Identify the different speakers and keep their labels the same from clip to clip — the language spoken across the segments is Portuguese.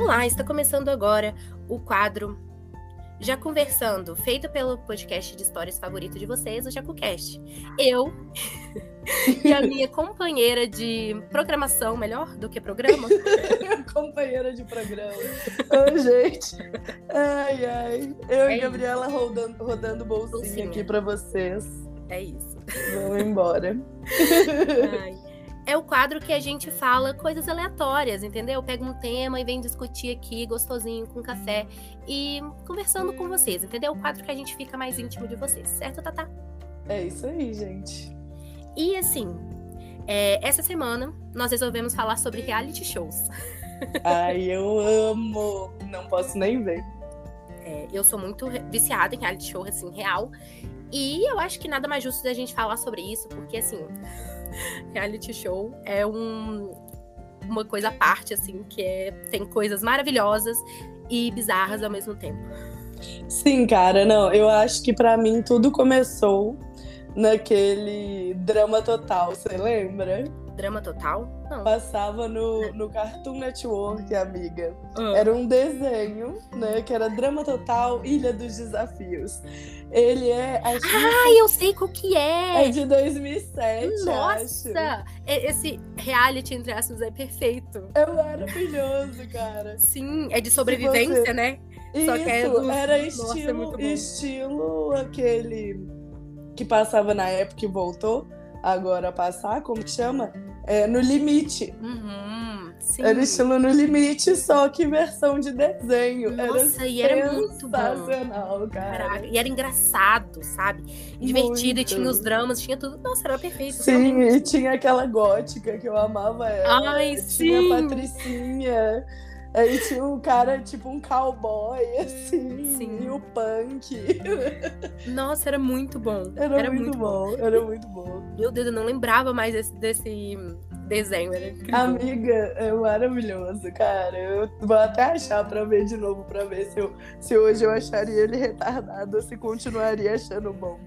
Speaker 1: Olá, está começando agora o quadro Já Conversando, feito pelo podcast de histórias favorito de vocês, o JacuCast. Eu e a minha companheira de programação, melhor do que programa,
Speaker 2: companheira de programa. Ai, gente. Ai, ai. Eu
Speaker 1: É
Speaker 2: e Gabriela rodando, rodando bolsinha,
Speaker 1: Bolsinha.
Speaker 2: aqui pra vocês.
Speaker 1: é isso.
Speaker 2: Vamos embora.
Speaker 1: Ai. É o quadro que a gente fala coisas aleatórias, entendeu? Pega um tema e vem discutir aqui, gostosinho, com café e conversando com vocês, entendeu? O quadro que a gente fica mais íntimo de vocês, certo, Tatá?
Speaker 2: É isso aí, gente.
Speaker 1: E assim, é, essa semana nós resolvemos falar sobre reality shows.
Speaker 2: Ai, eu amo. Não posso nem ver.
Speaker 1: É, eu sou muito re- viciada em reality show, assim, real. E eu acho que nada mais justo da gente falar sobre isso, porque assim, reality show é um- uma coisa à parte, assim, que é- tem coisas maravilhosas e bizarras ao mesmo tempo.
Speaker 2: Sim, cara, não. Eu acho que pra mim tudo começou naquele drama total, você lembra?
Speaker 1: Drama total? Não.
Speaker 2: Passava no, no Cartoon Network, amiga. Era um desenho, né? Que era Drama Total Ilha dos Desafios. Ele é. Acho que
Speaker 1: Ai, eu sei qual que
Speaker 2: é
Speaker 1: é!
Speaker 2: de 2007. Acho.
Speaker 1: Nossa! E- Esse reality, entre aspas, é perfeito.
Speaker 2: É maravilhoso, cara.
Speaker 1: Sim, é de sobrevivência, né?
Speaker 2: E
Speaker 1: Só
Speaker 2: Isso,
Speaker 1: que é do- Nossa,
Speaker 2: era
Speaker 1: é
Speaker 2: estilo,
Speaker 1: muito bom.
Speaker 2: estilo aquele que passava na época e voltou agora a passar, como que chama? É, no Limite.
Speaker 1: Uhum, sim.
Speaker 2: Era estilo No Limite, só que versão de desenho.
Speaker 1: Nossa, e
Speaker 2: era
Speaker 1: era muito bom.
Speaker 2: sensacional, cara.
Speaker 1: Caraca, e era engraçado, sabe? Divertido, e tinha
Speaker 2: Muito.
Speaker 1: os dramas, tinha tudo. Nossa, era perfeito.
Speaker 2: Sim, e tinha aquela gótica que eu amava ela.
Speaker 1: Ai,
Speaker 2: tinha
Speaker 1: Ah, sim.
Speaker 2: a Patricinha. Aí tinha um cara, tipo um cowboy, assim,
Speaker 1: Sim.
Speaker 2: e o punk.
Speaker 1: Nossa, era muito bom.
Speaker 2: Era, muito, bom, era muito bom.
Speaker 1: Meu Deus, eu não lembrava mais desse, desse desenho. Era incrível.
Speaker 2: Amiga, é maravilhoso, cara. Eu vou até achar pra ver de novo, pra ver se, eu, se hoje eu acharia ele retardado ou se continuaria achando bom.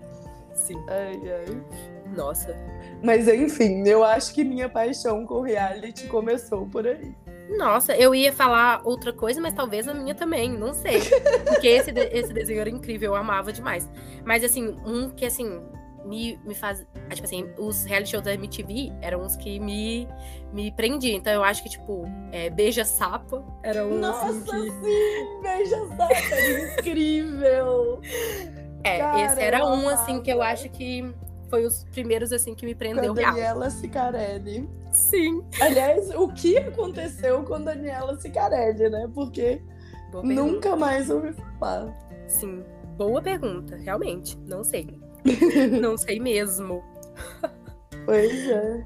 Speaker 1: Sim.
Speaker 2: Ai, ai.
Speaker 1: Nossa.
Speaker 2: Mas enfim, eu acho que minha paixão com reality começou por aí.
Speaker 1: Nossa, eu ia falar outra coisa, mas talvez a minha também, não sei. Porque esse, de- esse desenho era incrível, eu amava demais. Mas assim, um que assim, me, me faz. ah, Tipo assim, os reality shows da MTV eram uns que me, me prendiam. Então eu acho que, tipo, é, Beija Sapa era um. assim,
Speaker 2: Nossa,
Speaker 1: que-
Speaker 2: sim! Beija Sapa, era incrível!
Speaker 1: É,
Speaker 2: Cara,
Speaker 1: esse era
Speaker 2: eu
Speaker 1: um, assim, que eu
Speaker 2: amava.
Speaker 1: acho que foi os primeiros, assim, que me
Speaker 2: Com a
Speaker 1: prendeu real.
Speaker 2: Daniela Cicarelli.
Speaker 1: Sim.
Speaker 2: Aliás, o que aconteceu com Daniela Cicarelli, né? Porque
Speaker 1: Boa pergunta.
Speaker 2: nunca mais ouvi falar.
Speaker 1: Sim. Boa pergunta, realmente. Não sei. não sei mesmo.
Speaker 2: Pois é.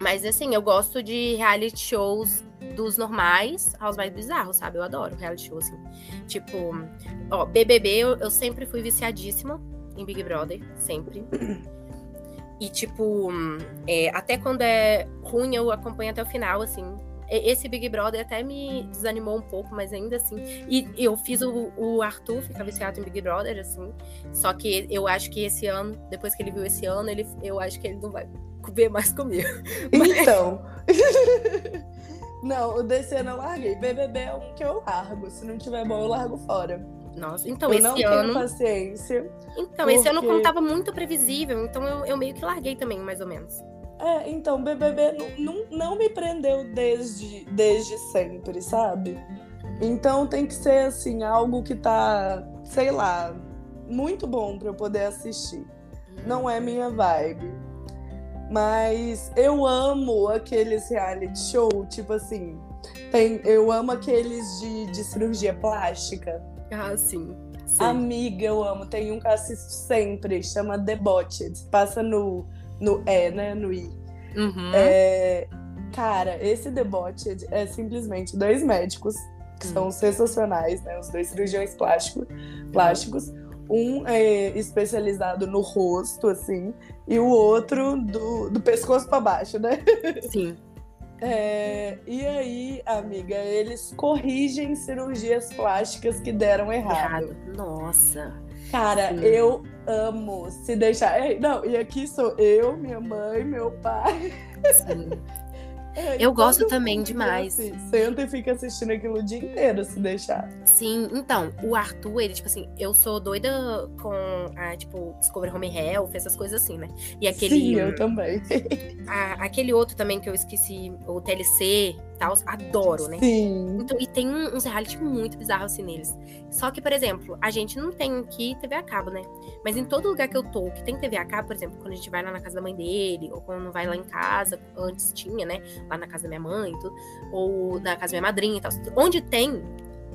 Speaker 1: Mas assim, eu gosto de reality shows dos normais aos mais bizarros, sabe? Eu adoro reality shows assim. Tipo, ó, BBB, eu, eu sempre fui viciadíssima em Big Brother, sempre. E tipo, hum, é, até quando é ruim, eu acompanho até o final, assim. E- Esse Big Brother até me desanimou um pouco, mas ainda assim. E eu fiz o, o Arthur ficar viciado em Big Brother, assim. Só que eu acho que esse ano, depois que ele viu esse ano, ele, eu acho que ele não vai ver mais comigo.
Speaker 2: Então. Não, o DC eu não larguei. BBB é um que eu largo. Se não tiver bom, eu largo fora.
Speaker 1: Nossa, então
Speaker 2: eu não
Speaker 1: esse
Speaker 2: tenho
Speaker 1: ano.
Speaker 2: paciência.
Speaker 1: Então, esse ano, como
Speaker 2: porque-
Speaker 1: tava muito previsível, então eu, eu meio que larguei também, mais ou menos.
Speaker 2: É, então, BBB não, não, não me prendeu desde, desde sempre, sabe? Então tem que ser assim, algo que tá, sei lá, muito bom pra eu poder assistir. Não é minha vibe. Mas eu amo aqueles reality show, tipo assim, tem, eu amo aqueles de, de cirurgia plástica.
Speaker 1: Ah, sim. Sim.
Speaker 2: Amiga, eu amo. Tem um que eu assisto sempre, chama Debauched. Passa no, no E, né? No I.
Speaker 1: Uhum.
Speaker 2: É, cara, esse debote é simplesmente dois médicos, que
Speaker 1: Hum.
Speaker 2: são sensacionais, né? Os dois cirurgiões plástico, plásticos. Um é especializado no rosto, assim, e o outro do, do pescoço pra baixo, né?
Speaker 1: Sim.
Speaker 2: É, e aí, amiga, eles corrigem cirurgias plásticas que deram errado.
Speaker 1: Errado. Nossa.
Speaker 2: Cara,
Speaker 1: Sim.
Speaker 2: eu amo se é, deixar. Ei, não, e aqui sou eu, minha mãe, meu pai.
Speaker 1: Sim.
Speaker 2: É,
Speaker 1: Eu
Speaker 2: e
Speaker 1: gosto
Speaker 2: todo
Speaker 1: também
Speaker 2: mundo
Speaker 1: demais.
Speaker 2: assim, Senta e fica assistindo aquilo o dia inteiro, se deixar.
Speaker 1: Sim, então, o Arthur, ele, tipo assim, eu sou doida com, a, tipo, Discovery Home Health, essas coisas assim, né? E aquele,
Speaker 2: Sim, eu também.
Speaker 1: a- aquele outro também que eu esqueci, o TLC e tal, adoro, né?
Speaker 2: Sim.
Speaker 1: Então, e tem um- uns reality muito bizarros assim neles. Só que, por exemplo, a gente não tem aqui TV a cabo, né? Mas em todo lugar que eu tô, que tem TV a cabo, por exemplo, quando a gente vai lá na casa da mãe dele, ou quando vai lá em casa, antes tinha, né? Lá na casa da minha mãe e tudo, ou na casa da minha madrinha e tal. Onde tem,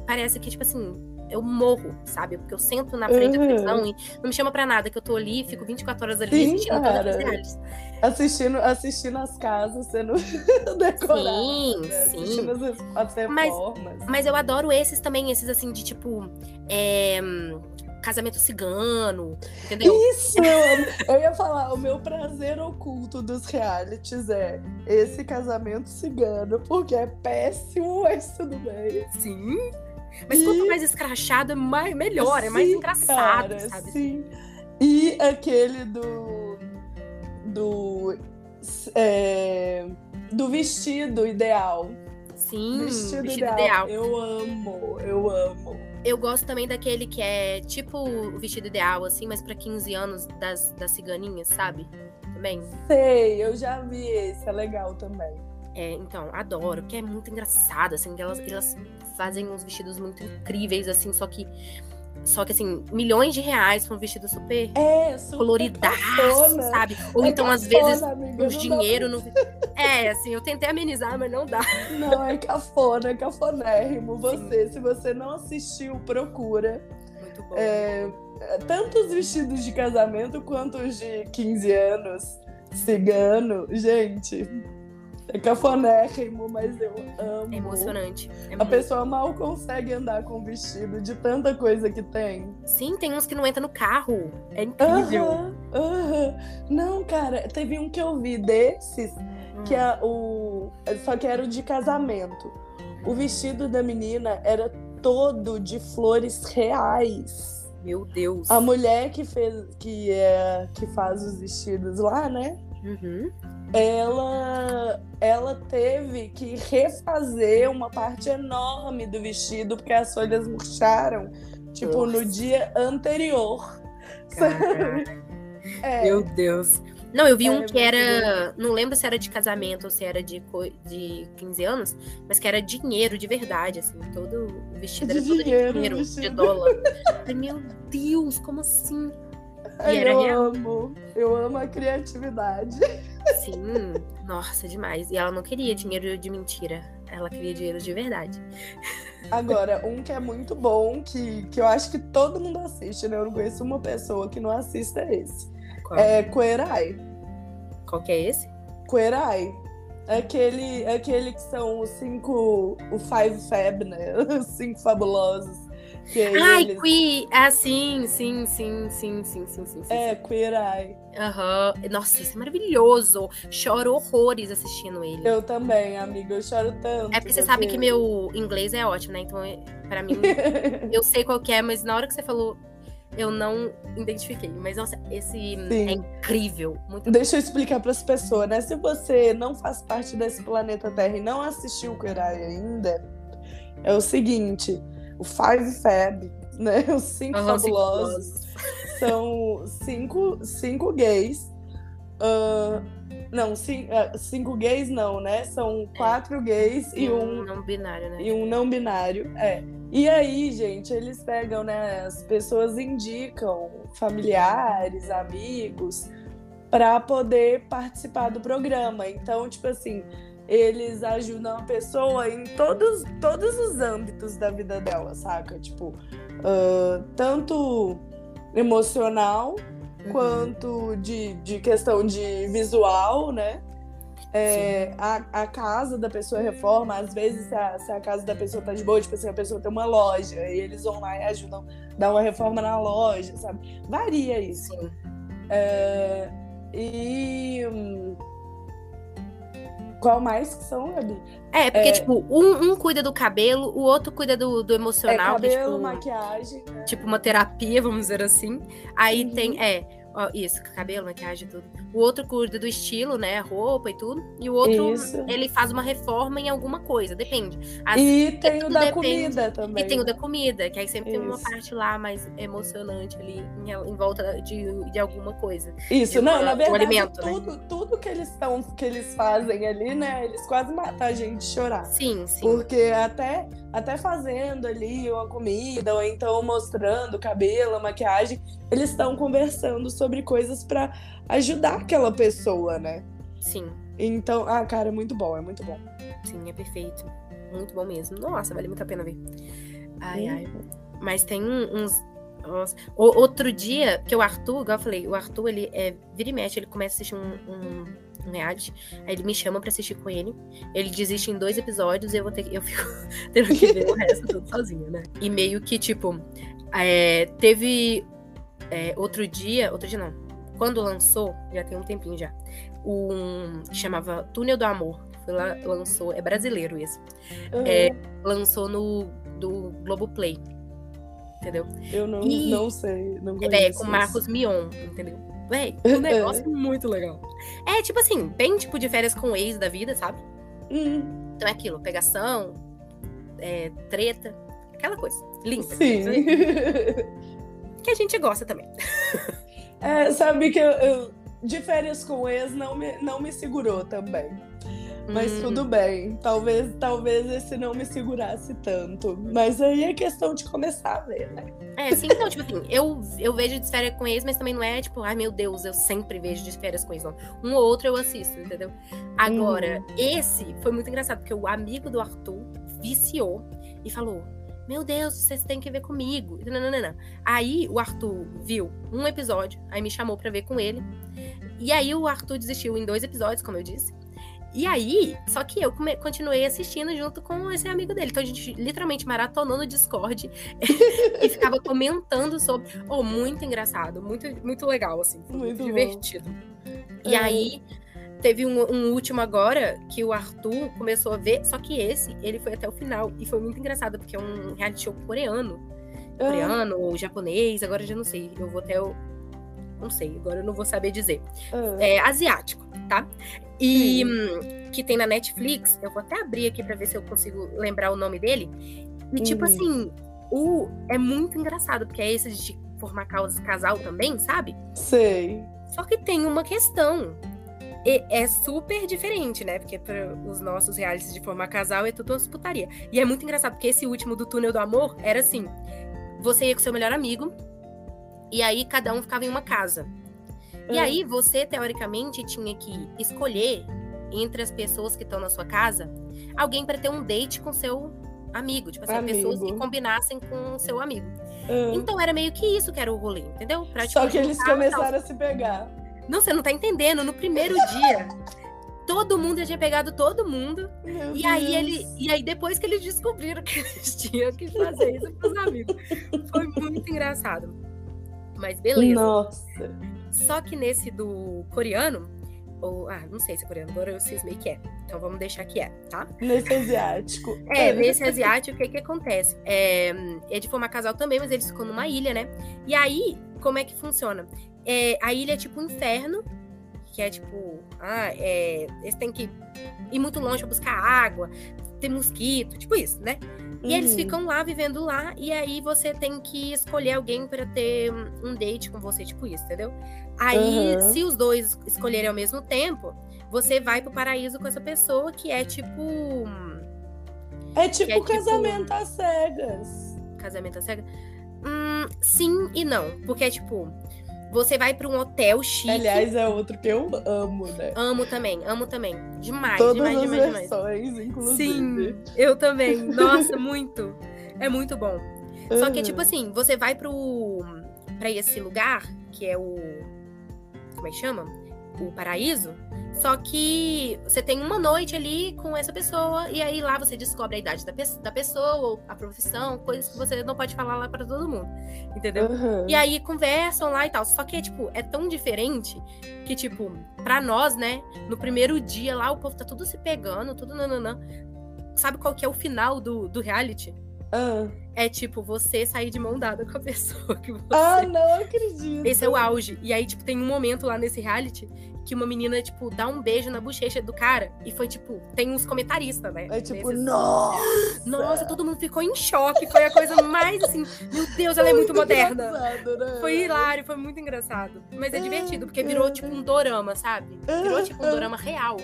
Speaker 1: parece que, tipo assim, eu morro, sabe? Porque eu sento na frente
Speaker 2: Uhum.
Speaker 1: da televisão e não me chama pra nada, que eu tô ali, fico 24 horas ali
Speaker 2: Sim,
Speaker 1: assistindo todos
Speaker 2: cara.
Speaker 1: aqueles realities.
Speaker 2: Assistindo, assistindo as casas sendo decoradas.
Speaker 1: Sim,
Speaker 2: né?
Speaker 1: sim.
Speaker 2: Assistindo as, as
Speaker 1: Mas-
Speaker 2: reformas.
Speaker 1: Mas eu adoro esses também, esses assim de tipo. é, hum, casamento cigano, entendeu?
Speaker 2: Isso! eu- Eu ia falar, o meu prazer oculto dos realities é esse casamento cigano, porque é péssimo, mas tudo bem.
Speaker 1: Sim. Mas quanto mais escrachado, é mais, melhor, é mais
Speaker 2: Sim,
Speaker 1: engraçado,
Speaker 2: cara,
Speaker 1: sabe? assim.
Speaker 2: Sim. E aquele do. Do. é, do vestido ideal.
Speaker 1: Sim,
Speaker 2: vestido,
Speaker 1: Hum, vestido,
Speaker 2: ideal.
Speaker 1: ideal.
Speaker 2: Eu amo, eu amo.
Speaker 1: Eu gosto também daquele que é tipo o vestido ideal, assim, mas pra 15 anos das, das ciganinhas, sabe? Também.
Speaker 2: Sei, eu já vi esse, é legal também.
Speaker 1: É, então, adoro, porque é muito engraçado, assim, que elas, elas fazem uns vestidos muito incríveis, assim, só que. Só que assim, milhões de reais pra um vestido super
Speaker 2: É, super
Speaker 1: coloridaço,
Speaker 2: cafona.
Speaker 1: sabe? Ou
Speaker 2: É
Speaker 1: então, às
Speaker 2: cafona,
Speaker 1: vezes,
Speaker 2: amiga,
Speaker 1: uns
Speaker 2: não dá
Speaker 1: dinheiro no. É, assim, eu tentei amenizar, mas não dá.
Speaker 2: Não, é cafona, é cafonérrimo. Você, se você não assistiu, procura.
Speaker 1: Muito bom.
Speaker 2: É, tanto os vestidos de casamento quanto os de 15 anos, cigano, gente. É cafonérrimo, mas eu amo.
Speaker 1: É emocionante. É
Speaker 2: A
Speaker 1: muito-
Speaker 2: pessoa mal consegue andar com um vestido de tanta coisa que tem.
Speaker 1: Sim, tem uns que não entram no carro. É incrível.
Speaker 2: Aham, aham. Não, cara, teve um que eu vi desses
Speaker 1: Hum.
Speaker 2: que é a, o só que era o de casamento. O vestido da menina era todo de flores reais.
Speaker 1: Meu Deus.
Speaker 2: A mulher que fez que é que faz os vestidos lá, né?
Speaker 1: Uhum.
Speaker 2: Ela ela teve que refazer uma parte enorme do vestido porque as folhas murcharam, tipo no
Speaker 1: Nossa.
Speaker 2: dia anterior.
Speaker 1: Caraca.
Speaker 2: É,
Speaker 1: Meu Deus. Não, eu vi
Speaker 2: Era
Speaker 1: um que
Speaker 2: muito
Speaker 1: era. Não lembro se era de casamento ou se era de, co- de 15 anos, mas que era dinheiro de verdade, assim. Todo o vestido
Speaker 2: De
Speaker 1: era todo
Speaker 2: dinheiro,
Speaker 1: de dinheiro, de
Speaker 2: vestido.
Speaker 1: dólar. Ai, meu Deus, como assim?
Speaker 2: Ai,
Speaker 1: era
Speaker 2: eu
Speaker 1: real.
Speaker 2: amo. Eu amo a criatividade.
Speaker 1: Sim, nossa, demais. E ela não queria
Speaker 2: Uhum.
Speaker 1: dinheiro de mentira. Ela queria dinheiro de verdade.
Speaker 2: Agora, um que é muito bom, que, que eu acho que todo mundo assiste, né? Eu não conheço uma pessoa que não assista esse.
Speaker 1: Qual,
Speaker 2: É Coerai.
Speaker 1: qual que é esse?
Speaker 2: Coerai. É Aquele, aquele que são os cinco. O Five Fab, né? Os cinco fabulosos. Que é
Speaker 1: Ai,
Speaker 2: eles.
Speaker 1: Qui! Ah, sim, sim, sim, sim, sim, sim, sim. sim.
Speaker 2: É, Queer Eye.
Speaker 1: Aham. Nossa, esse é maravilhoso. Choro horrores assistindo ele.
Speaker 2: Eu também, amiga. Eu choro tanto.
Speaker 1: É porque você sabe que
Speaker 2: porque-
Speaker 1: meu inglês é ótimo, né? Então, é- pra mim, eu sei qual que é, mas na hora que você falou, eu não identifiquei. Mas, nossa, esse
Speaker 2: Sim.
Speaker 1: é incrível. Muito
Speaker 2: Deixa eu explicar para as pessoas, né? Se você não faz parte desse planeta Terra e não assistiu o Querai ainda, é o seguinte: o Five Fab, né? Os cinco
Speaker 1: Aham, cinco
Speaker 2: fabulosos são cinco, cinco gays. Ahn, não, cin- ah, cinco, gays não, né? São quatro gays e um
Speaker 1: não binário, né?
Speaker 2: e um não binário, é. E aí, gente, eles pegam, né? As pessoas indicam familiares, amigos, para poder participar do programa. Então, tipo assim, eles ajudam a pessoa em todos, todos os âmbitos da vida dela, saca? Tipo, ah, tanto emocional
Speaker 1: Uhum.
Speaker 2: quanto de, de questão de visual, né? É, a, a casa da pessoa é reforma, às vezes, se a, se a casa da pessoa tá de boa, tipo assim, a pessoa tem uma loja, e eles vão lá e ajudam a dar uma reforma na loja, sabe? Varia isso.
Speaker 1: Uhum. Sim.
Speaker 2: É, e. hum, Qual mais que são, Gabi?
Speaker 1: É, porque,
Speaker 2: É.
Speaker 1: tipo, um, um cuida do cabelo, o outro cuida do, do
Speaker 2: É
Speaker 1: emocional, que é,
Speaker 2: cabelo,
Speaker 1: tipo,
Speaker 2: maquiagem.
Speaker 1: tipo uma terapia, vamos dizer assim. Aí
Speaker 2: Uhum.
Speaker 1: tem, é, Ó, isso, cabelo, maquiagem, tudo. O outro cuida do estilo, né? Roupa e tudo. E o outro,
Speaker 2: Isso.
Speaker 1: ele faz uma reforma em alguma coisa, depende. Às
Speaker 2: E tem o
Speaker 1: é tudo
Speaker 2: da
Speaker 1: depende.
Speaker 2: comida também.
Speaker 1: E tem o da comida, que aí sempre tem uma
Speaker 2: Isso.
Speaker 1: parte lá mais emocionante ali em, em volta de, de alguma coisa.
Speaker 2: Isso,
Speaker 1: de
Speaker 2: não,
Speaker 1: uma-
Speaker 2: na
Speaker 1: um
Speaker 2: verdade,
Speaker 1: alimento, né?
Speaker 2: tudo, tudo que eles estão, que eles fazem ali, né? Eles quase matam a gente de chorar.
Speaker 1: Sim, sim.
Speaker 2: Porque até, até fazendo ali uma comida, ou então mostrando cabelo, a maquiagem, eles estão conversando sobre coisas pra ajudar aquela pessoa, né?
Speaker 1: Sim,
Speaker 2: Então, ah, cara, é muito bom, é muito bom.
Speaker 1: sim, é perfeito. Muito bom mesmo. Nossa, vale muito a pena ver.
Speaker 2: Hum.
Speaker 1: Ai, ai. Mas tem um- uns. nossa. O- outro dia, que o Arthur, igual eu falei, o Arthur, ele é, vira e mexe, ele começa a assistir um, um, um reality, aí ele me chama pra assistir com ele. Ele desiste em dois episódios e eu vou ter que. Eu fico tendo que ver o resto tudo sozinha, né? E meio que, tipo, é, teve é, outro dia. Outro dia não. Quando lançou, já tem um tempinho já, um que chamava Túnel do Amor. Foi lá, lançou, é brasileiro esse.
Speaker 2: Uhum.
Speaker 1: É, lançou no do Globoplay. Entendeu?
Speaker 2: Eu não,
Speaker 1: e-
Speaker 2: não sei, não conheço.
Speaker 1: É, com Marcos Mion, entendeu? Véi, um negócio muito legal. É, tipo assim, bem tipo de férias com o ex da vida, sabe?
Speaker 2: isso. Hum,
Speaker 1: Então é aquilo, pegação, é, treta, aquela coisa. Limpa.
Speaker 2: sim.
Speaker 1: Que a gente gosta também.
Speaker 2: É, sabe que eu, eu- de férias com ex não me, não me segurou também. Mas
Speaker 1: Hum,
Speaker 2: tudo bem. Talvez, talvez esse não me segurasse tanto. Mas aí é questão de começar a ver, né?
Speaker 1: É, sim, então, tipo assim, eu, eu vejo de férias com ex, mas também não é tipo, ai meu Deus, eu sempre vejo de férias com ex, não. Um ou outro eu assisto, entendeu? Agora, esse foi muito engraçado, porque o amigo do Arthur viciou e falou: Meu Deus, vocês têm que ver comigo. E nananana. Aí o Arthur viu um episódio, aí me chamou pra ver com ele. E aí o Arthur desistiu em dois episódios, como eu disse. E aí, só que eu come- continuei assistindo junto com esse amigo dele. Então a gente literalmente maratonou no Discord e ficava comentando sobre. Oh, muito engraçado, muito, muito legal, assim. Foi
Speaker 2: Muito
Speaker 1: muito,
Speaker 2: bom.
Speaker 1: divertido. E
Speaker 2: É.
Speaker 1: aí, teve um, um último agora que o Arthur começou a ver, só que esse, ele foi até o final. E foi muito engraçado, porque é um reality show coreano
Speaker 2: Ah,
Speaker 1: coreano ou japonês, agora eu já não sei. Eu vou até. o- Não sei, agora eu não vou saber dizer.
Speaker 2: ah.
Speaker 1: É asiático, tá? E hum, que tem na Netflix, eu vou até abrir aqui pra ver se eu consigo lembrar o nome dele. E tipo
Speaker 2: Hum.
Speaker 1: assim, o é muito engraçado, porque é esse de formar causa casal também, sabe?
Speaker 2: Sei.
Speaker 1: Só que tem uma questão. E é super diferente, né? Porque para os nossos realities de formar casal é tudo uma putaria. E é muito engraçado, porque esse último do Túnel do Amor era assim: você ia com seu melhor amigo, e aí cada um ficava em uma casa. E
Speaker 2: Ah,
Speaker 1: aí você, teoricamente, tinha que escolher entre as pessoas que estão na sua casa alguém para ter um date com seu amigo. Tipo assim, pessoas que
Speaker 2: Amigo.
Speaker 1: combinassem com o seu amigo.
Speaker 2: ah.
Speaker 1: Então era meio que isso que era o rolê, entendeu? Pra, tipo,
Speaker 2: Só que eles
Speaker 1: juntar e tal.
Speaker 2: começaram a se pegar.
Speaker 1: Não, você não tá entendendo. No primeiro dia, todo mundo já tinha pegado todo mundo.
Speaker 2: Meu
Speaker 1: E aí,
Speaker 2: Deus.
Speaker 1: ele, e aí, depois que eles descobriram que eles tinham que fazer isso pros amigos. Foi muito engraçado. Mas beleza.
Speaker 2: Nossa.
Speaker 1: Só que nesse do coreano, ou. Ah, não sei se é coreano, agora eu cismei que é. Então vamos deixar que é, tá?
Speaker 2: Nesse asiático.
Speaker 1: É, nesse asiático, o que que acontece? É, é de formar casal também, mas eles ficam numa ilha, né? E aí, como é que funciona? É, a ilha é tipo um inferno, que é tipo, ah, é, eles têm que ir muito longe pra buscar água, tem mosquito, tipo isso, né? E eles
Speaker 2: Uhum.
Speaker 1: ficam lá, vivendo lá, e aí você tem que escolher alguém pra ter um- um date com você, tipo isso, entendeu? Aí,
Speaker 2: Aham.
Speaker 1: se os dois escolherem ao mesmo tempo, você vai pro paraíso com essa pessoa que é tipo. hum,
Speaker 2: É tipo
Speaker 1: que é tipo-
Speaker 2: casamento às cegas.
Speaker 1: casamento à cega? Hum, sim e não. Porque é tipo, você vai pra um hotel chique.
Speaker 2: Aliás, é outro que eu amo, né?
Speaker 1: Amo também, amo também. Demais,
Speaker 2: Todas
Speaker 1: demais,
Speaker 2: as
Speaker 1: demais, demais.
Speaker 2: versões, inclusive.
Speaker 1: Sim, eu também. Nossa, muito. É muito bom. Só que,
Speaker 2: Aham.
Speaker 1: tipo assim, você vai pro. pra esse lugar, que é o. Como é que chama? O paraíso. Só que você tem uma noite ali com essa pessoa, e aí lá você descobre a idade da, pe- da pessoa, a profissão, coisas que você não pode falar lá pra todo mundo. Entendeu?
Speaker 2: Aham.
Speaker 1: E aí conversam lá e tal. Só que é, tipo, é tão diferente que, tipo, pra nós, né? No primeiro dia lá, o povo tá tudo se pegando, tudo nananã. Sabe qual que é o final do, do reality?
Speaker 2: Ah,
Speaker 1: É tipo, você sair de mão dada com a pessoa que você.
Speaker 2: ah não acredito.
Speaker 1: Esse é o auge. E aí, tipo, tem um momento lá nesse reality que uma menina, tipo, dá um beijo na bochecha do cara. E foi, tipo, tem uns comentaristas, né?
Speaker 2: É tipo,
Speaker 1: Desses-
Speaker 2: nossa!
Speaker 1: Nossa, todo mundo ficou em choque. Foi a coisa mais assim. Meu Deus, ela é muito moderna.
Speaker 2: engraçado, né?
Speaker 1: Foi hilário, foi muito engraçado. Mas é divertido, porque
Speaker 2: é.
Speaker 1: virou tipo um dorama, sabe? Virou tipo um dorama real.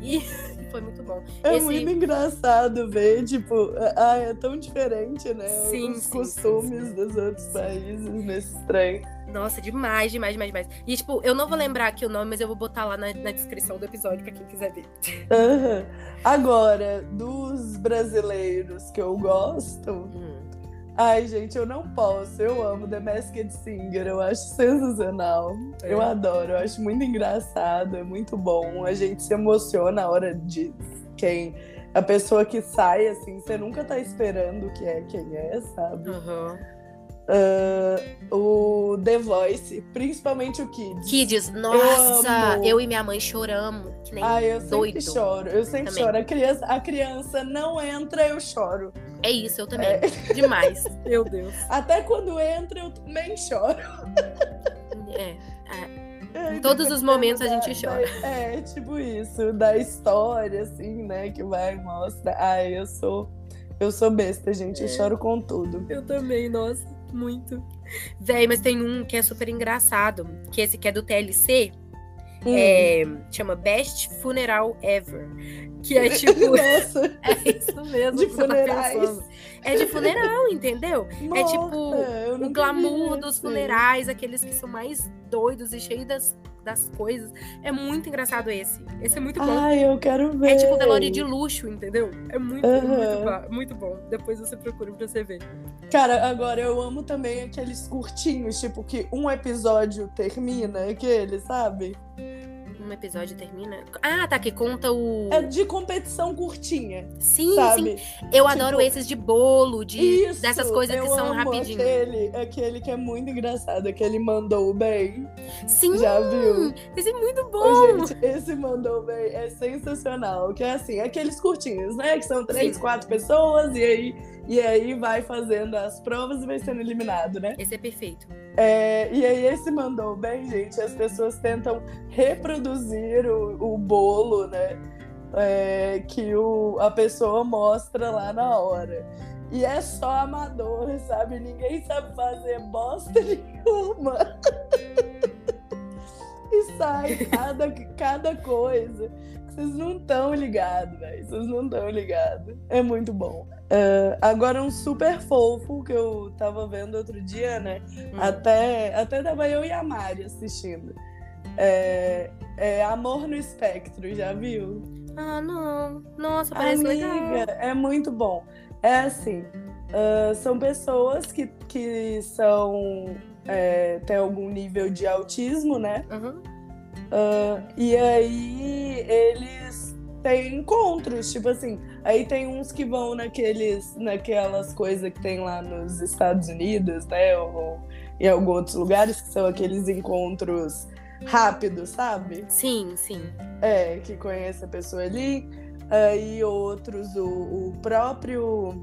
Speaker 1: E foi muito bom.
Speaker 2: É
Speaker 1: esse-
Speaker 2: muito engraçado ver, tipo, ah, é tão diferente, né?
Speaker 1: Sim,
Speaker 2: Os
Speaker 1: sim,
Speaker 2: costumes
Speaker 1: sim, sim.
Speaker 2: dos outros países nesse trem.
Speaker 1: Nossa, demais, demais, demais, demais. E, tipo, eu não vou lembrar aqui o nome, mas eu vou botar lá na, na descrição do episódio pra quem quiser ver.
Speaker 2: Aham. Agora, dos brasileiros que eu gosto. Ai, gente, eu não posso. Eu amo The Masked Singer. Eu acho sensacional. Eu
Speaker 1: É.
Speaker 2: adoro. Eu acho muito engraçado. É muito bom. A gente se emociona a hora de quem. A pessoa que sai, assim, você nunca tá esperando que é quem é, sabe? Ah,
Speaker 1: Aham.
Speaker 2: O The Voice, principalmente o Kids.
Speaker 1: Kids, nossa,
Speaker 2: amo.
Speaker 1: eu, e minha mãe choramos. Que nem.
Speaker 2: Ai, Ah, eu sempre
Speaker 1: é doido.
Speaker 2: choro. Eu sempre
Speaker 1: Também.
Speaker 2: choro. A criança, a criança não entra, eu choro.
Speaker 1: É isso, eu também. Demais. Meu Deus.
Speaker 2: Até quando entra, eu também choro.
Speaker 1: É. Em todos os momentos a gente
Speaker 2: Da-
Speaker 1: chora.
Speaker 2: da- é, tipo isso, da história, assim, né? Que vai e mostra. Ai, eu sou. Eu sou besta, gente. Eu
Speaker 1: É.
Speaker 2: choro com tudo.
Speaker 1: Eu também, nossa, muito. Véi, mas tem um que é super engraçado, que esse que é do TLC, é, chama Best Funeral Ever. Que é tipo.
Speaker 2: Hum. Nossa,
Speaker 1: é isso mesmo.
Speaker 2: de
Speaker 1: que você tá
Speaker 2: funerais.
Speaker 1: pensando. é de funeral, entendeu?
Speaker 2: Nossa,
Speaker 1: tipo,
Speaker 2: eu nunca
Speaker 1: o
Speaker 2: vi
Speaker 1: glamour dos
Speaker 2: esse.
Speaker 1: funerais, aqueles que são mais doidos e cheios das, das coisas. É muito engraçado esse. Esse é muito bom.
Speaker 2: Ai, eu quero ver.
Speaker 1: É tipo velório de luxo, entendeu? É muito, muito,
Speaker 2: Aham.
Speaker 1: ba- muito bom. Depois você procura pra você ver.
Speaker 2: Cara, agora eu amo também aqueles curtinhos, tipo, que um episódio termina, aquele, sabe?
Speaker 1: Um episódio termina. Ah, tá, que conta o.
Speaker 2: É de competição curtinha,
Speaker 1: sim, sim.
Speaker 2: sabe?
Speaker 1: Eu
Speaker 2: Tipo,
Speaker 1: adoro esses de bolo, de
Speaker 2: Isso,
Speaker 1: dessas coisas que
Speaker 2: eu
Speaker 1: são
Speaker 2: amo
Speaker 1: rapidinho.
Speaker 2: Aquele, aquele que é muito engraçado, aquele mandou bem.
Speaker 1: Sim,
Speaker 2: Já viu?
Speaker 1: esse é muito bom.
Speaker 2: Ô, gente, esse mandou bem é sensacional. Que é assim, aqueles curtinhos, né? Que são três,
Speaker 1: Sim.
Speaker 2: quatro pessoas, e aí, e aí vai fazendo as provas e vai sendo eliminado, né?
Speaker 1: Esse é perfeito.
Speaker 2: É, e aí esse mandou bem, gente. As pessoas tentam reproduzir o, o bolo, né? é, que o, a pessoa mostra lá na hora. E é só amador, sabe? Ninguém sabe fazer bosta nenhuma. e sai cada, cada coisa. que Vocês não estão ligados, velho. Vocês não estão ligados. É muito bom. É, agora, um super fofo que eu tava vendo outro dia, né?
Speaker 1: Hum.
Speaker 2: Até, até tava eu e a Mari assistindo. É, é Amor no Espectro, já viu?
Speaker 1: Ah, não. Nossa, parece
Speaker 2: Amiga,
Speaker 1: legal.
Speaker 2: é muito bom. É assim, ah, são pessoas que, que são... É, tem algum nível de autismo, né?
Speaker 1: Uhum.
Speaker 2: E aí eles têm encontros, tipo assim. Aí tem uns que vão naqueles, naquelas coisas que tem lá nos Estados Unidos, né? Ou em alguns outros lugares, que são aqueles encontros rápidos, sabe?
Speaker 1: Sim, sim.
Speaker 2: É, que conhece a pessoa ali. Aí outros, o, o próprio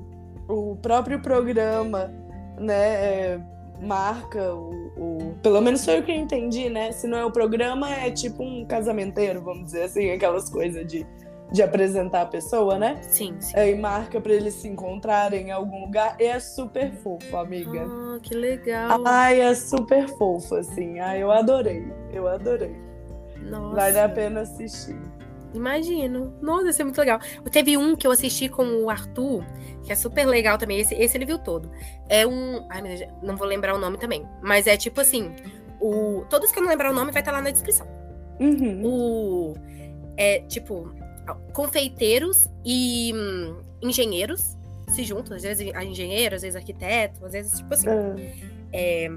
Speaker 2: o próprio programa, né? é, marca o, o- Pelo menos foi o que eu entendi, né? Se não é o programa, é tipo um casamenteiro, vamos dizer assim, aquelas coisas de, de apresentar a pessoa, né?
Speaker 1: Sim, sim.
Speaker 2: Aí marca pra eles se encontrarem em algum lugar. E é super fofo, amiga.
Speaker 1: Ah, que legal.
Speaker 2: Ai, é super fofo, assim. Ai, eu adorei. Eu adorei.
Speaker 1: Nossa.
Speaker 2: Vale a pena assistir.
Speaker 1: Imagino. Nossa, isso é muito legal. Teve um que eu assisti com o Arthur, que é super legal também. Esse, esse ele viu todo. É um. Ai, meu Deus, não vou lembrar o nome também. Mas é tipo assim: o... todos que eu não lembrar o nome vai estar lá na descrição.
Speaker 2: Uhum.
Speaker 1: O. É tipo. Confeiteiros e hum, engenheiros se juntam, às vezes engenheiro, às vezes arquiteto, às vezes tipo assim
Speaker 2: Ah.
Speaker 1: é,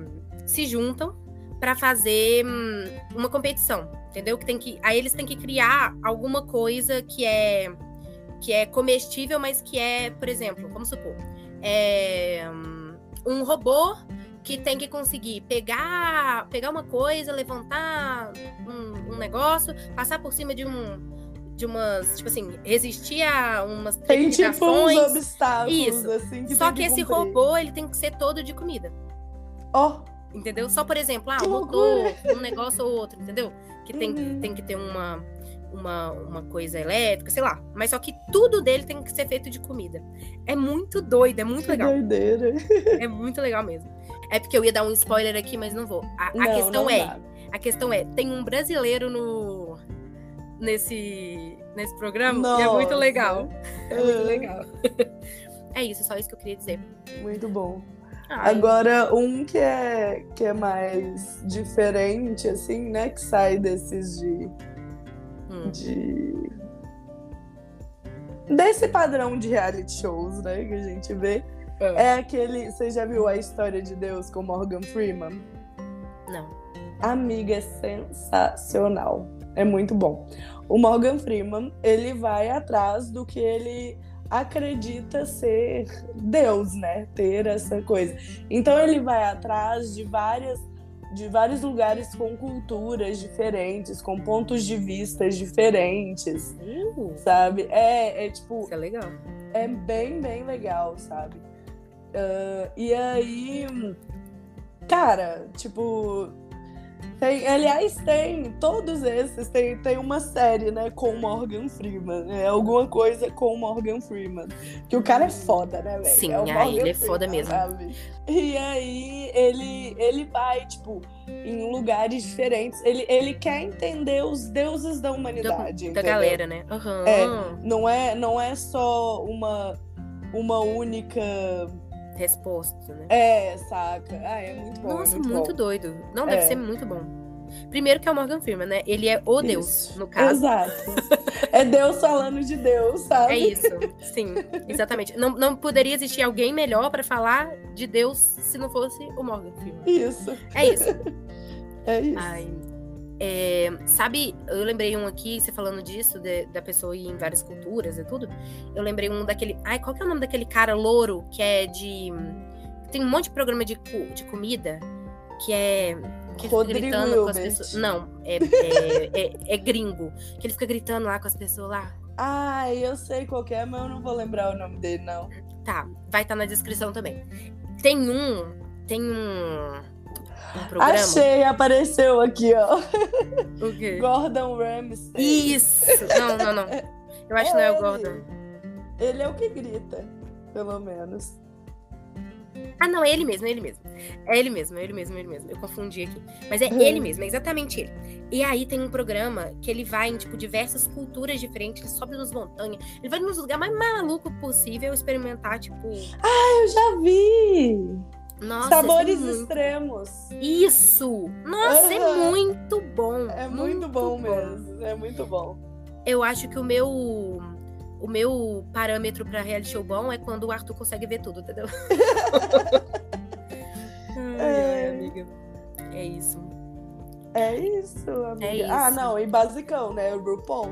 Speaker 1: se juntam para fazer hum, uma competição, entendeu? Que tem que, aí eles têm que criar alguma coisa que é que é comestível, mas que é, por exemplo, vamos supor, é, hum, um robô que tem que conseguir pegar pegar uma coisa, levantar um, um negócio, passar por cima de um de umas, tipo assim, resistir a umas
Speaker 2: Tem tipo uns
Speaker 1: tentações.
Speaker 2: obstáculos,
Speaker 1: Isso.
Speaker 2: assim, que
Speaker 1: Só
Speaker 2: tem
Speaker 1: que esse
Speaker 2: cumprir.
Speaker 1: robô, ele tem que ser todo de comida.
Speaker 2: Ó,
Speaker 1: Entendeu? Só, por exemplo, ah,
Speaker 2: Que
Speaker 1: um motor, um negócio ou outro, entendeu? Que tem,
Speaker 2: Uhum.
Speaker 1: tem que ter uma, uma, uma coisa elétrica, sei lá. Mas só que tudo dele tem que ser feito de comida. É muito doido, é muito
Speaker 2: que
Speaker 1: legal.
Speaker 2: doideira.
Speaker 1: É muito legal mesmo. É porque eu ia dar um spoiler aqui, mas não vou. A, a
Speaker 2: Não,
Speaker 1: questão
Speaker 2: não
Speaker 1: é,
Speaker 2: dá.
Speaker 1: a questão é, tem um brasileiro no nesse nesse programa e é muito
Speaker 2: Nossa.
Speaker 1: legal. É muito
Speaker 2: Ah,
Speaker 1: legal. É isso, só isso que eu queria dizer.
Speaker 2: Muito bom.
Speaker 1: Ah,
Speaker 2: Agora, um que é, que é mais diferente, assim, né? Que sai desses de.
Speaker 1: hum.
Speaker 2: de- Desse padrão de reality shows, né? Que a gente vê.
Speaker 1: Ah.
Speaker 2: É aquele. Você já viu a história de Deus com Morgan Freeman?
Speaker 1: Não.
Speaker 2: Amiga, é sensacional. É muito bom. O Morgan Freeman, ele vai atrás do que ele acredita ser Deus, né? Ter essa coisa. Então ele vai atrás de várias de vários lugares com culturas diferentes, com pontos de vista diferentes,
Speaker 1: Uh,
Speaker 2: sabe? É, é tipo,
Speaker 1: isso é legal.
Speaker 2: é bem, bem legal, sabe? Ah, e aí, cara, tipo. Tem, aliás, tem, todos esses, tem, tem uma série, né, com Morgan Freeman. É alguma coisa com Morgan Freeman. Que o cara é foda, né, velho?
Speaker 1: Sim,
Speaker 2: é o
Speaker 1: ah,
Speaker 2: Morgan
Speaker 1: ele é foda mesmo.
Speaker 2: sabe? E aí, ele, ele vai, tipo, em lugares diferentes. Ele, ele quer entender os deuses da humanidade.
Speaker 1: Da
Speaker 2: entendeu?
Speaker 1: galera, né? Aham.
Speaker 2: Não é, não é só uma, uma única.
Speaker 1: Resposta, né?
Speaker 2: É, saca? Ah, é muito bom.
Speaker 1: Nossa,
Speaker 2: é
Speaker 1: muito,
Speaker 2: muito, bom.
Speaker 1: doido. Não, deve
Speaker 2: É.
Speaker 1: ser muito bom. Primeiro que é o Morgan Freeman, né? Ele é o Deus,
Speaker 2: Isso.
Speaker 1: no caso.
Speaker 2: Exato. é Deus falando de Deus,
Speaker 1: É
Speaker 2: sabe?
Speaker 1: isso, sim, exatamente. Não, não poderia existir alguém melhor pra falar de Deus se não fosse o Morgan Freeman.
Speaker 2: isso.
Speaker 1: É isso.
Speaker 2: É isso.
Speaker 1: Ai, é, sabe, eu lembrei um aqui, você falando disso, de- da pessoa ir em várias culturas e tudo. Eu lembrei um daquele. Ai, qual que é o nome daquele cara louro que é de. Tem um monte de programa de, co- de comida que é. Que ele fica
Speaker 2: Rodrigo
Speaker 1: gritando com as
Speaker 2: Hilbert.
Speaker 1: pessoas. Não, é, é, é- é gringo. Que ele fica gritando lá com as pessoas lá.
Speaker 2: Ai, eu sei qual que é, mas eu não vou lembrar o nome dele, não.
Speaker 1: Tá, vai estar na descrição também. Tem um. Tem um. Um programa.
Speaker 2: Achei, apareceu aqui, ó.
Speaker 1: O quê?
Speaker 2: Gordon Ramsay.
Speaker 1: Isso! Não, não, não. Eu acho que não é o Gordon.
Speaker 2: Ele é o que grita, pelo menos.
Speaker 1: Ah, não, é ele mesmo, é ele mesmo. É ele mesmo, é ele mesmo, é ele mesmo. Eu confundi aqui. Mas é
Speaker 2: Uhum.
Speaker 1: ele mesmo, é exatamente ele. E aí tem um programa que ele vai em, tipo, diversas culturas diferentes, ele sobe nas montanhas, ele vai nos lugares mais maluco possível experimentar, tipo.
Speaker 2: Eu já vi!
Speaker 1: Nossa,
Speaker 2: Sabores
Speaker 1: isso é muito...
Speaker 2: extremos.
Speaker 1: Isso! Nossa, é
Speaker 2: Aham.
Speaker 1: muito bom!
Speaker 2: É muito bom mesmo. É muito bom.
Speaker 1: Eu acho que o meu. O meu parâmetro pra reality show bom é quando o Arthur consegue ver tudo, entendeu? ai, ai,
Speaker 2: É.
Speaker 1: amiga. É isso.
Speaker 2: É isso, amiga.
Speaker 1: É
Speaker 2: Ah,
Speaker 1: isso.
Speaker 2: não, e basicão, né? O RuPaul.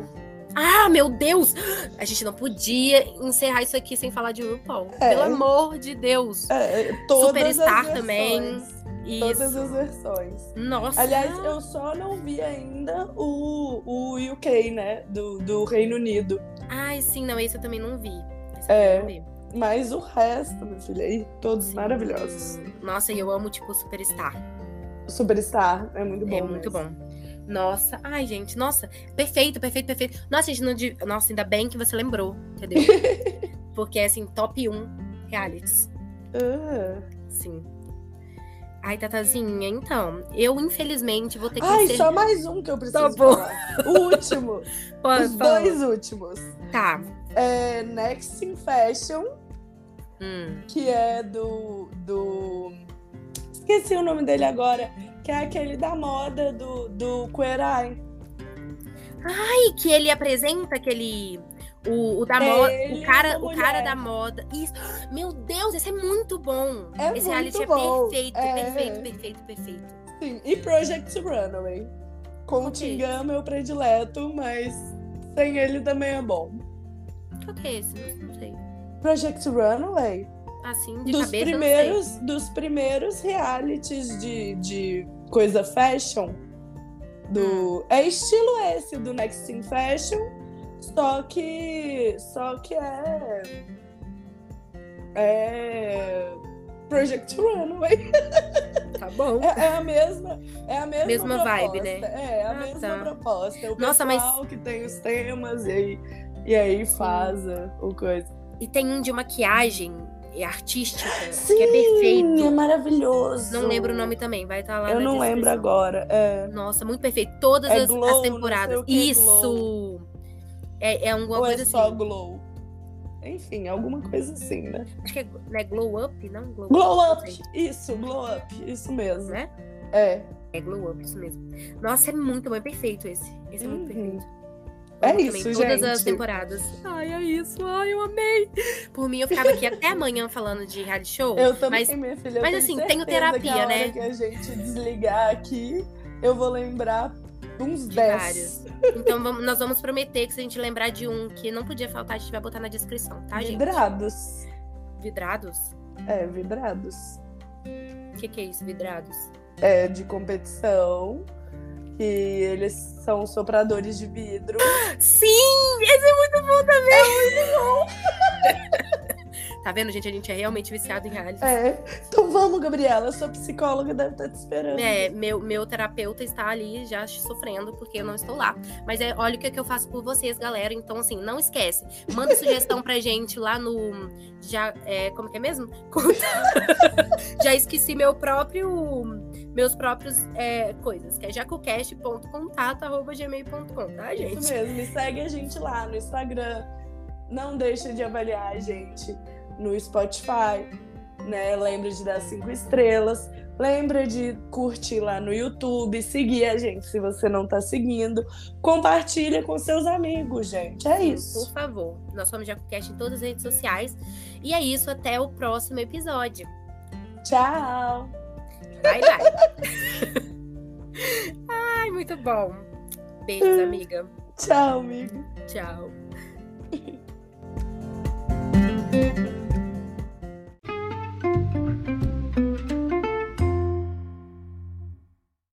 Speaker 1: Ah, meu Deus! A gente não podia encerrar isso aqui sem falar de RuPaul.
Speaker 2: É.
Speaker 1: Pelo amor de Deus.
Speaker 2: É, é, todas
Speaker 1: Superstar
Speaker 2: as versões,
Speaker 1: também, Isso. Ah.
Speaker 2: Todas as versões.
Speaker 1: Nossa.
Speaker 2: Aliás, eu só não vi ainda o, o UK, né? Do, do Reino Unido.
Speaker 1: Ai, sim, não, esse eu também não vi. Esse
Speaker 2: É.
Speaker 1: eu também não vi.
Speaker 2: Mas o resto, minha filha, aí todos
Speaker 1: Sim.
Speaker 2: maravilhosos.
Speaker 1: Nossa, e eu amo, tipo, Superstar.
Speaker 2: Superstar, é muito bom.
Speaker 1: é muito
Speaker 2: mesmo.
Speaker 1: bom. Nossa, ai, gente, nossa, perfeito, perfeito, perfeito. Nossa, gente, não de... nossa, ainda bem que você lembrou, entendeu? Porque é assim, top 1 realities.
Speaker 2: Ah.
Speaker 1: Sim. Ai, Tatazinha, então, eu infelizmente vou ter que
Speaker 2: Ai,
Speaker 1: encerrar.
Speaker 2: só mais um que eu preciso
Speaker 1: Tá bom.
Speaker 2: falar. O último.
Speaker 1: Pode
Speaker 2: os
Speaker 1: falar.
Speaker 2: dois últimos.
Speaker 1: Tá.
Speaker 2: É Next in Fashion.
Speaker 1: Hum.
Speaker 2: que é do, do. Esqueci o nome dele agora, que é aquele da moda do, do Queerai.
Speaker 1: E que ele apresenta aquele. O, o da
Speaker 2: É
Speaker 1: moda.
Speaker 2: ele
Speaker 1: O cara,
Speaker 2: e uma
Speaker 1: o cara
Speaker 2: mulher.
Speaker 1: da moda. Isso. Meu Deus, esse é muito bom.
Speaker 2: É
Speaker 1: esse
Speaker 2: muito
Speaker 1: reality
Speaker 2: bom,
Speaker 1: é perfeito,
Speaker 2: é.
Speaker 1: perfeito, perfeito, perfeito.
Speaker 2: Sim, e Project Runaway. Com o
Speaker 1: Ok.
Speaker 2: Tingam, meu predileto, mas sem ele também é bom.
Speaker 1: Qual que é esse? Não, não sei.
Speaker 2: Project Runaway,
Speaker 1: Assim, de
Speaker 2: dos
Speaker 1: cabeça. Eu não
Speaker 2: primeiros, dos primeiros realities de, de coisa
Speaker 1: Hum.
Speaker 2: fashion. Do, é estilo esse do Next in Fashion, Só que. Só que é. É. Project Runway.
Speaker 1: Tá bom.
Speaker 2: É, é a mesma. É a mesma,
Speaker 1: Mesma
Speaker 2: proposta.
Speaker 1: vibe, né?
Speaker 2: É, a
Speaker 1: Ah,
Speaker 2: mesma
Speaker 1: tá.
Speaker 2: proposta. O
Speaker 1: Nossa, mas-
Speaker 2: pessoal que tem os temas e aí, e aí faz a- o coisa.
Speaker 1: E tem um de maquiagem e artística, que é perfeito.
Speaker 2: é maravilhoso.
Speaker 1: Não lembro o nome também, vai estar lá
Speaker 2: Eu
Speaker 1: na
Speaker 2: não lembro
Speaker 1: descrição.
Speaker 2: agora. É.
Speaker 1: Nossa, muito perfeito. Todas
Speaker 2: É
Speaker 1: as, as
Speaker 2: Glow, não sei o
Speaker 1: temporadas.
Speaker 2: que,
Speaker 1: Isso! É, é alguma
Speaker 2: Ou é
Speaker 1: coisa
Speaker 2: só
Speaker 1: assim. Hum.
Speaker 2: Glow? Enfim, alguma coisa assim, né?
Speaker 1: Acho que é né, Glow Up, não? Glow,
Speaker 2: Glow
Speaker 1: não sei.
Speaker 2: Up! Isso, Glow Up. Isso mesmo.
Speaker 1: Né?
Speaker 2: É.
Speaker 1: É Glow Up, isso mesmo. Nossa, é muito bom, é perfeito esse. Esse é muito
Speaker 2: Uhum.
Speaker 1: perfeito.
Speaker 2: É
Speaker 1: Amo
Speaker 2: isso,
Speaker 1: também, Todas as
Speaker 2: gente.
Speaker 1: temporadas. Ai, é isso. Ai, eu amei. Por mim, eu ficava aqui até amanhã falando de reality show.
Speaker 2: Eu também,
Speaker 1: Mas-
Speaker 2: minha filha. eu
Speaker 1: mas
Speaker 2: tenho
Speaker 1: assim,
Speaker 2: certeza
Speaker 1: tenho
Speaker 2: que
Speaker 1: terapia,
Speaker 2: a hora
Speaker 1: né?
Speaker 2: que a gente desligar aqui, eu vou lembrar uns
Speaker 1: De
Speaker 2: 10.
Speaker 1: vários. Então vamos- nós vamos prometer que se a gente lembrar de um que não podia faltar, a gente vai botar na descrição, tá, gente?
Speaker 2: vidrados.
Speaker 1: Vidrados?
Speaker 2: É, vidrados.
Speaker 1: O que, que é isso, vidrados?
Speaker 2: É, de competição. Que eles são sopradores de vidro.
Speaker 1: Sim! Esse é muito bom também! tá vendo, gente? A gente é realmente viciado em reality.
Speaker 2: É. Então vamos, Gabriela. Sua psicóloga deve estar te esperando.
Speaker 1: É, meu, meu terapeuta está ali já sofrendo porque eu não estou lá. Mas é, olha o que, que eu faço por vocês, galera. Então, assim, não esquece. Manda sugestão pra gente lá no. Já, é, como que é mesmo? já esqueci meu próprio. Meus próprios é, coisas, que é jacocast.contato.gmail.com, tá, gente?
Speaker 2: Isso mesmo, e segue a gente lá no Instagram. Não deixa de avaliar a gente no Spotify, né? Lembra de dar cinco estrelas. Lembra de curtir lá no YouTube, seguir a gente se você não tá seguindo. Compartilha com seus amigos, gente. É
Speaker 1: Sim,
Speaker 2: isso.
Speaker 1: Por favor. Nós somos JacoCast em todas as redes sociais. E é isso, até o próximo episódio.
Speaker 2: Tchau!
Speaker 1: Bye, bye. Ai, muito bom. Beijos, amiga.
Speaker 2: Tchau, amigo.
Speaker 1: Tchau.